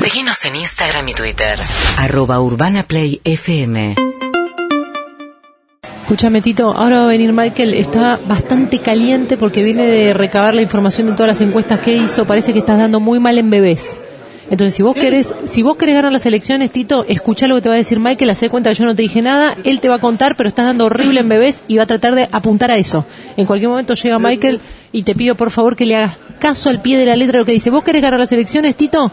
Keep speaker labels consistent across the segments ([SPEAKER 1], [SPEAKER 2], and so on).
[SPEAKER 1] Seguinos en Instagram y Twitter.
[SPEAKER 2] Arroba Urbana Play FM.
[SPEAKER 3] Escúchame, Tito, ahora va a venir Michael. Está bastante caliente porque viene de recabar la información de todas las encuestas que hizo. Parece que estás dando muy mal en bebés. Entonces, si vos querés, si vos querés ganar las elecciones, Tito, escucha lo que te va a decir Michael, hacé cuenta que yo no te dije nada, él te va a contar, pero estás dando horrible en bebés y va a tratar de apuntar a eso. En cualquier momento llega Michael y te pido por favor que le hagas caso al pie de la letra de lo que dice. ¿Vos querés ganar las elecciones, Tito?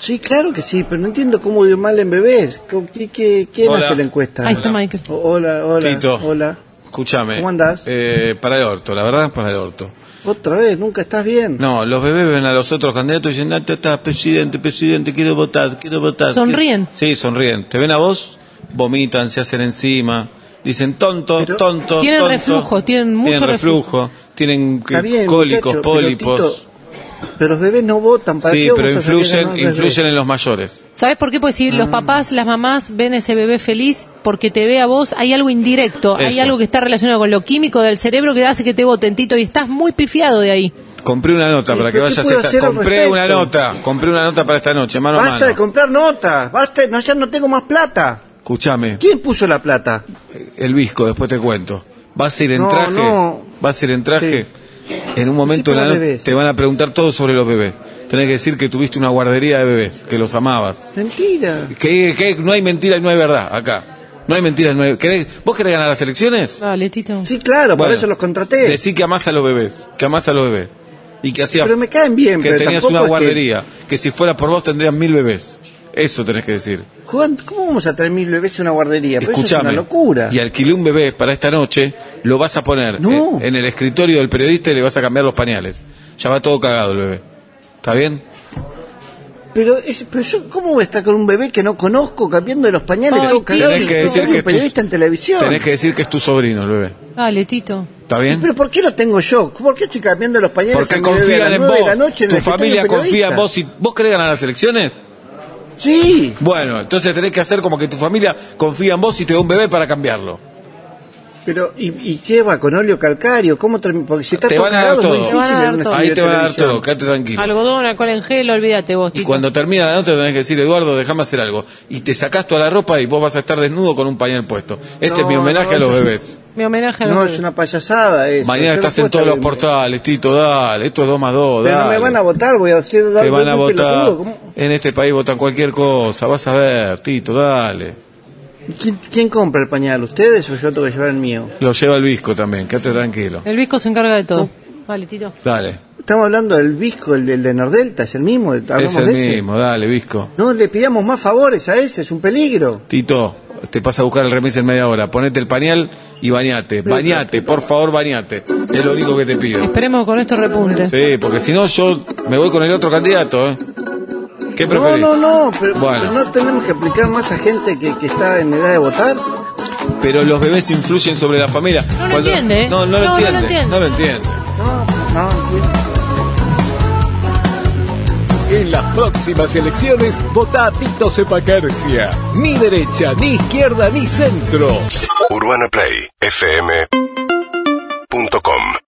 [SPEAKER 4] Sí, claro que sí, pero no entiendo cómo dio mal en bebés. ¿Qué, qué, quién
[SPEAKER 5] Hola.
[SPEAKER 4] hace la encuesta?
[SPEAKER 3] Ahí está Michael.
[SPEAKER 4] O- Hola, hola.
[SPEAKER 5] Tito.
[SPEAKER 4] Hola.
[SPEAKER 5] Escúchame.
[SPEAKER 4] ¿Cómo andás?
[SPEAKER 5] Eh, para el orto, la verdad, para el orto.
[SPEAKER 4] Otra vez, nunca estás bien.
[SPEAKER 5] No, los bebés ven a los otros candidatos y dicen, ah, ta, ta, presidente, presidente, quiero votar, quiero votar.
[SPEAKER 3] Sonríen.
[SPEAKER 5] Quiero- Sí, sonríen. Te ven a vos, vomitan, se hacen encima, dicen tonto,
[SPEAKER 4] Pero-
[SPEAKER 5] tonto,
[SPEAKER 3] Tienen
[SPEAKER 5] tonto.
[SPEAKER 3] reflujo, tienen mucho
[SPEAKER 5] Tienen reflujo, tienen eh,
[SPEAKER 4] Está bien,
[SPEAKER 5] cólicos,
[SPEAKER 4] muchacho,
[SPEAKER 5] pólipos.
[SPEAKER 4] Pero, Tito, pero los bebés no votan. ¿Para
[SPEAKER 5] sí,
[SPEAKER 4] qué
[SPEAKER 5] pero
[SPEAKER 4] vamos a hacer que
[SPEAKER 5] influyen,
[SPEAKER 4] ganan los
[SPEAKER 5] influyen en los mayores.
[SPEAKER 3] ¿Sabes por qué? Pues si
[SPEAKER 5] Mm.
[SPEAKER 3] los papás, las mamás ven ese bebé feliz porque te ve a vos, hay algo indirecto, hay
[SPEAKER 5] Eso.
[SPEAKER 3] algo que está relacionado con lo químico del cerebro que hace que te voten, Tito, y estás muy pifiado de ahí.
[SPEAKER 5] Compré una nota
[SPEAKER 4] Sí,
[SPEAKER 5] para que
[SPEAKER 4] pero ¿qué
[SPEAKER 5] vayas
[SPEAKER 4] puedo
[SPEAKER 5] esta-
[SPEAKER 4] hacer al
[SPEAKER 5] Compré una
[SPEAKER 4] respecto?
[SPEAKER 5] nota, compré una nota para esta noche, mano
[SPEAKER 4] Basta
[SPEAKER 5] a
[SPEAKER 4] de
[SPEAKER 5] mano.
[SPEAKER 4] comprar notas, basta, no, ya no tengo más plata.
[SPEAKER 5] Escuchame,
[SPEAKER 4] ¿Quién puso la plata?
[SPEAKER 5] el visco, después te cuento. Vas a ir en
[SPEAKER 4] No,
[SPEAKER 5] traje,
[SPEAKER 4] no.
[SPEAKER 5] vas a ir en traje. En un momento
[SPEAKER 4] Sí, pero
[SPEAKER 5] la no-
[SPEAKER 4] bebés.
[SPEAKER 5] te van a preguntar todo sobre los bebés. Tenés que decir que tuviste una guardería de bebés, que los amabas.
[SPEAKER 4] Mentira.
[SPEAKER 5] Que, que no hay mentira y no hay verdad acá. No hay mentira, no hay... ¿Querés- ¿Vos querés ganar las elecciones?
[SPEAKER 3] Dale, Tito.
[SPEAKER 4] Sí, claro, por
[SPEAKER 5] Bueno,
[SPEAKER 4] eso los contraté.
[SPEAKER 5] Decí que amás a los bebés, que amás a los bebés. Y que hacías...
[SPEAKER 4] Pero me caen bien,
[SPEAKER 5] Que
[SPEAKER 4] pero
[SPEAKER 5] tenías
[SPEAKER 4] tampoco
[SPEAKER 5] una
[SPEAKER 4] es que-
[SPEAKER 5] guardería, que... si fuera por vos tendrías mil bebés. Eso tenés que decir.
[SPEAKER 4] Juan, ¿Cómo vamos a traer mil bebés a una guardería? Pero eso es
[SPEAKER 5] Escuchame.
[SPEAKER 4] una locura.
[SPEAKER 5] Y alquilé un bebé para esta noche, lo vas a poner
[SPEAKER 4] No.
[SPEAKER 5] en, en el escritorio del periodista y le vas a cambiar los pañales. Ya va todo cagado el bebé. ¿Está bien?
[SPEAKER 4] Pero, es- pero yo, ¿cómo voy a estar con un bebé que no conozco cambiando de los pañales?
[SPEAKER 3] Ay,
[SPEAKER 4] todo cagado?
[SPEAKER 3] Tenés
[SPEAKER 4] Y
[SPEAKER 3] que
[SPEAKER 4] estoy
[SPEAKER 3] decir
[SPEAKER 4] viendo
[SPEAKER 5] que
[SPEAKER 4] un periodista
[SPEAKER 5] tus-
[SPEAKER 4] en televisión.
[SPEAKER 5] Tenés que decir que es tu sobrino el bebé.
[SPEAKER 3] Dale, Tito.
[SPEAKER 5] ¿Está bien?
[SPEAKER 4] Pero ¿por qué lo tengo yo? ¿Por qué estoy cambiando los pañales? a
[SPEAKER 5] Porque
[SPEAKER 4] mi bebé a
[SPEAKER 5] confían
[SPEAKER 4] las
[SPEAKER 5] en
[SPEAKER 4] nueve
[SPEAKER 5] vos.
[SPEAKER 4] de la noche en
[SPEAKER 5] tu
[SPEAKER 4] el escritorio
[SPEAKER 5] familia
[SPEAKER 4] del
[SPEAKER 5] confía en
[SPEAKER 4] periodista?
[SPEAKER 5] vos. y ¿Vos querés ganar las elecciones?
[SPEAKER 4] Sí.
[SPEAKER 5] Bueno, entonces tenés que hacer como que tu familia confía en vos y te da un bebé para cambiarlo.
[SPEAKER 4] Pero, ¿y, y qué va? ¿Con óleo calcario? ¿Cómo termi- Porque si está
[SPEAKER 5] Te
[SPEAKER 4] todo
[SPEAKER 5] van a dar
[SPEAKER 4] cagado, es muy
[SPEAKER 5] todo.
[SPEAKER 4] difícil
[SPEAKER 3] Te van a
[SPEAKER 4] en
[SPEAKER 3] dar todo.
[SPEAKER 4] un estudio
[SPEAKER 5] Ahí
[SPEAKER 4] de
[SPEAKER 5] te van a dar
[SPEAKER 4] televisión.
[SPEAKER 5] todo, quédate tranquilo.
[SPEAKER 3] Algodón, alcohol en gel, olvídate vos,
[SPEAKER 5] Y
[SPEAKER 3] Tito.
[SPEAKER 5] cuando termina la nota tenés que decir, Eduardo, déjame hacer algo. Y te sacás toda la ropa y vos vas a estar desnudo con un pañal puesto. Este es mi
[SPEAKER 4] No,
[SPEAKER 5] homenaje
[SPEAKER 4] no,
[SPEAKER 5] a los
[SPEAKER 4] yo-
[SPEAKER 5] bebés.
[SPEAKER 3] Mi homenaje a los
[SPEAKER 4] No,
[SPEAKER 3] bebés.
[SPEAKER 4] es una payasada eso.
[SPEAKER 5] Mañana
[SPEAKER 4] Yo no
[SPEAKER 5] estás
[SPEAKER 4] puedo
[SPEAKER 5] en todos
[SPEAKER 4] estar
[SPEAKER 5] los
[SPEAKER 4] bien.
[SPEAKER 5] portales, Tito, dale. Esto es 2 más 2,
[SPEAKER 4] Pero
[SPEAKER 5] dale.
[SPEAKER 4] no me van a votar, voy a hacer
[SPEAKER 5] Te van a votar.
[SPEAKER 4] ¿Cómo?
[SPEAKER 5] En este país votan cualquier cosa. Vas a ver, Tito, dale.
[SPEAKER 4] ¿Y ¿Quién, ¿Quién compra el pañal? ¿Ustedes o yo tengo que llevar el mío?
[SPEAKER 5] Lo lleva el visco también, quédate tranquilo.
[SPEAKER 3] El Visco se encarga de todo. Dale, Tito.
[SPEAKER 5] Dale.
[SPEAKER 4] Estamos hablando del Visco, el del de Nordelta, es el mismo. Hablamos
[SPEAKER 5] Es el
[SPEAKER 4] de ese.
[SPEAKER 5] mismo, dale, visco.
[SPEAKER 4] No le pidamos más favores a ese, es un peligro.
[SPEAKER 5] Tito, te pasa a buscar el remis en media hora. Ponete el pañal y bañate. Bañate, por favor, bañate. Es lo único que te pido.
[SPEAKER 3] Esperemos que con esto repunte.
[SPEAKER 5] Sí, porque si no yo me voy con el otro candidato, ¿eh? ¿Qué preferís?
[SPEAKER 4] No, no, no, pero,
[SPEAKER 5] Bueno.
[SPEAKER 4] pero no tenemos que aplicar más a gente que, que está en edad de votar.
[SPEAKER 5] Pero los bebés influyen sobre la familia.
[SPEAKER 3] No lo entiende, ¿eh?
[SPEAKER 5] No, no lo
[SPEAKER 3] No, no lo
[SPEAKER 5] entiende.
[SPEAKER 3] entiende.
[SPEAKER 5] No lo entiende.
[SPEAKER 4] No, no, bien.
[SPEAKER 6] En las próximas elecciones, vota a Tito Sepacarcia. Ni derecha, ni izquierda, ni centro.
[SPEAKER 7] UrbanaPlayFM.com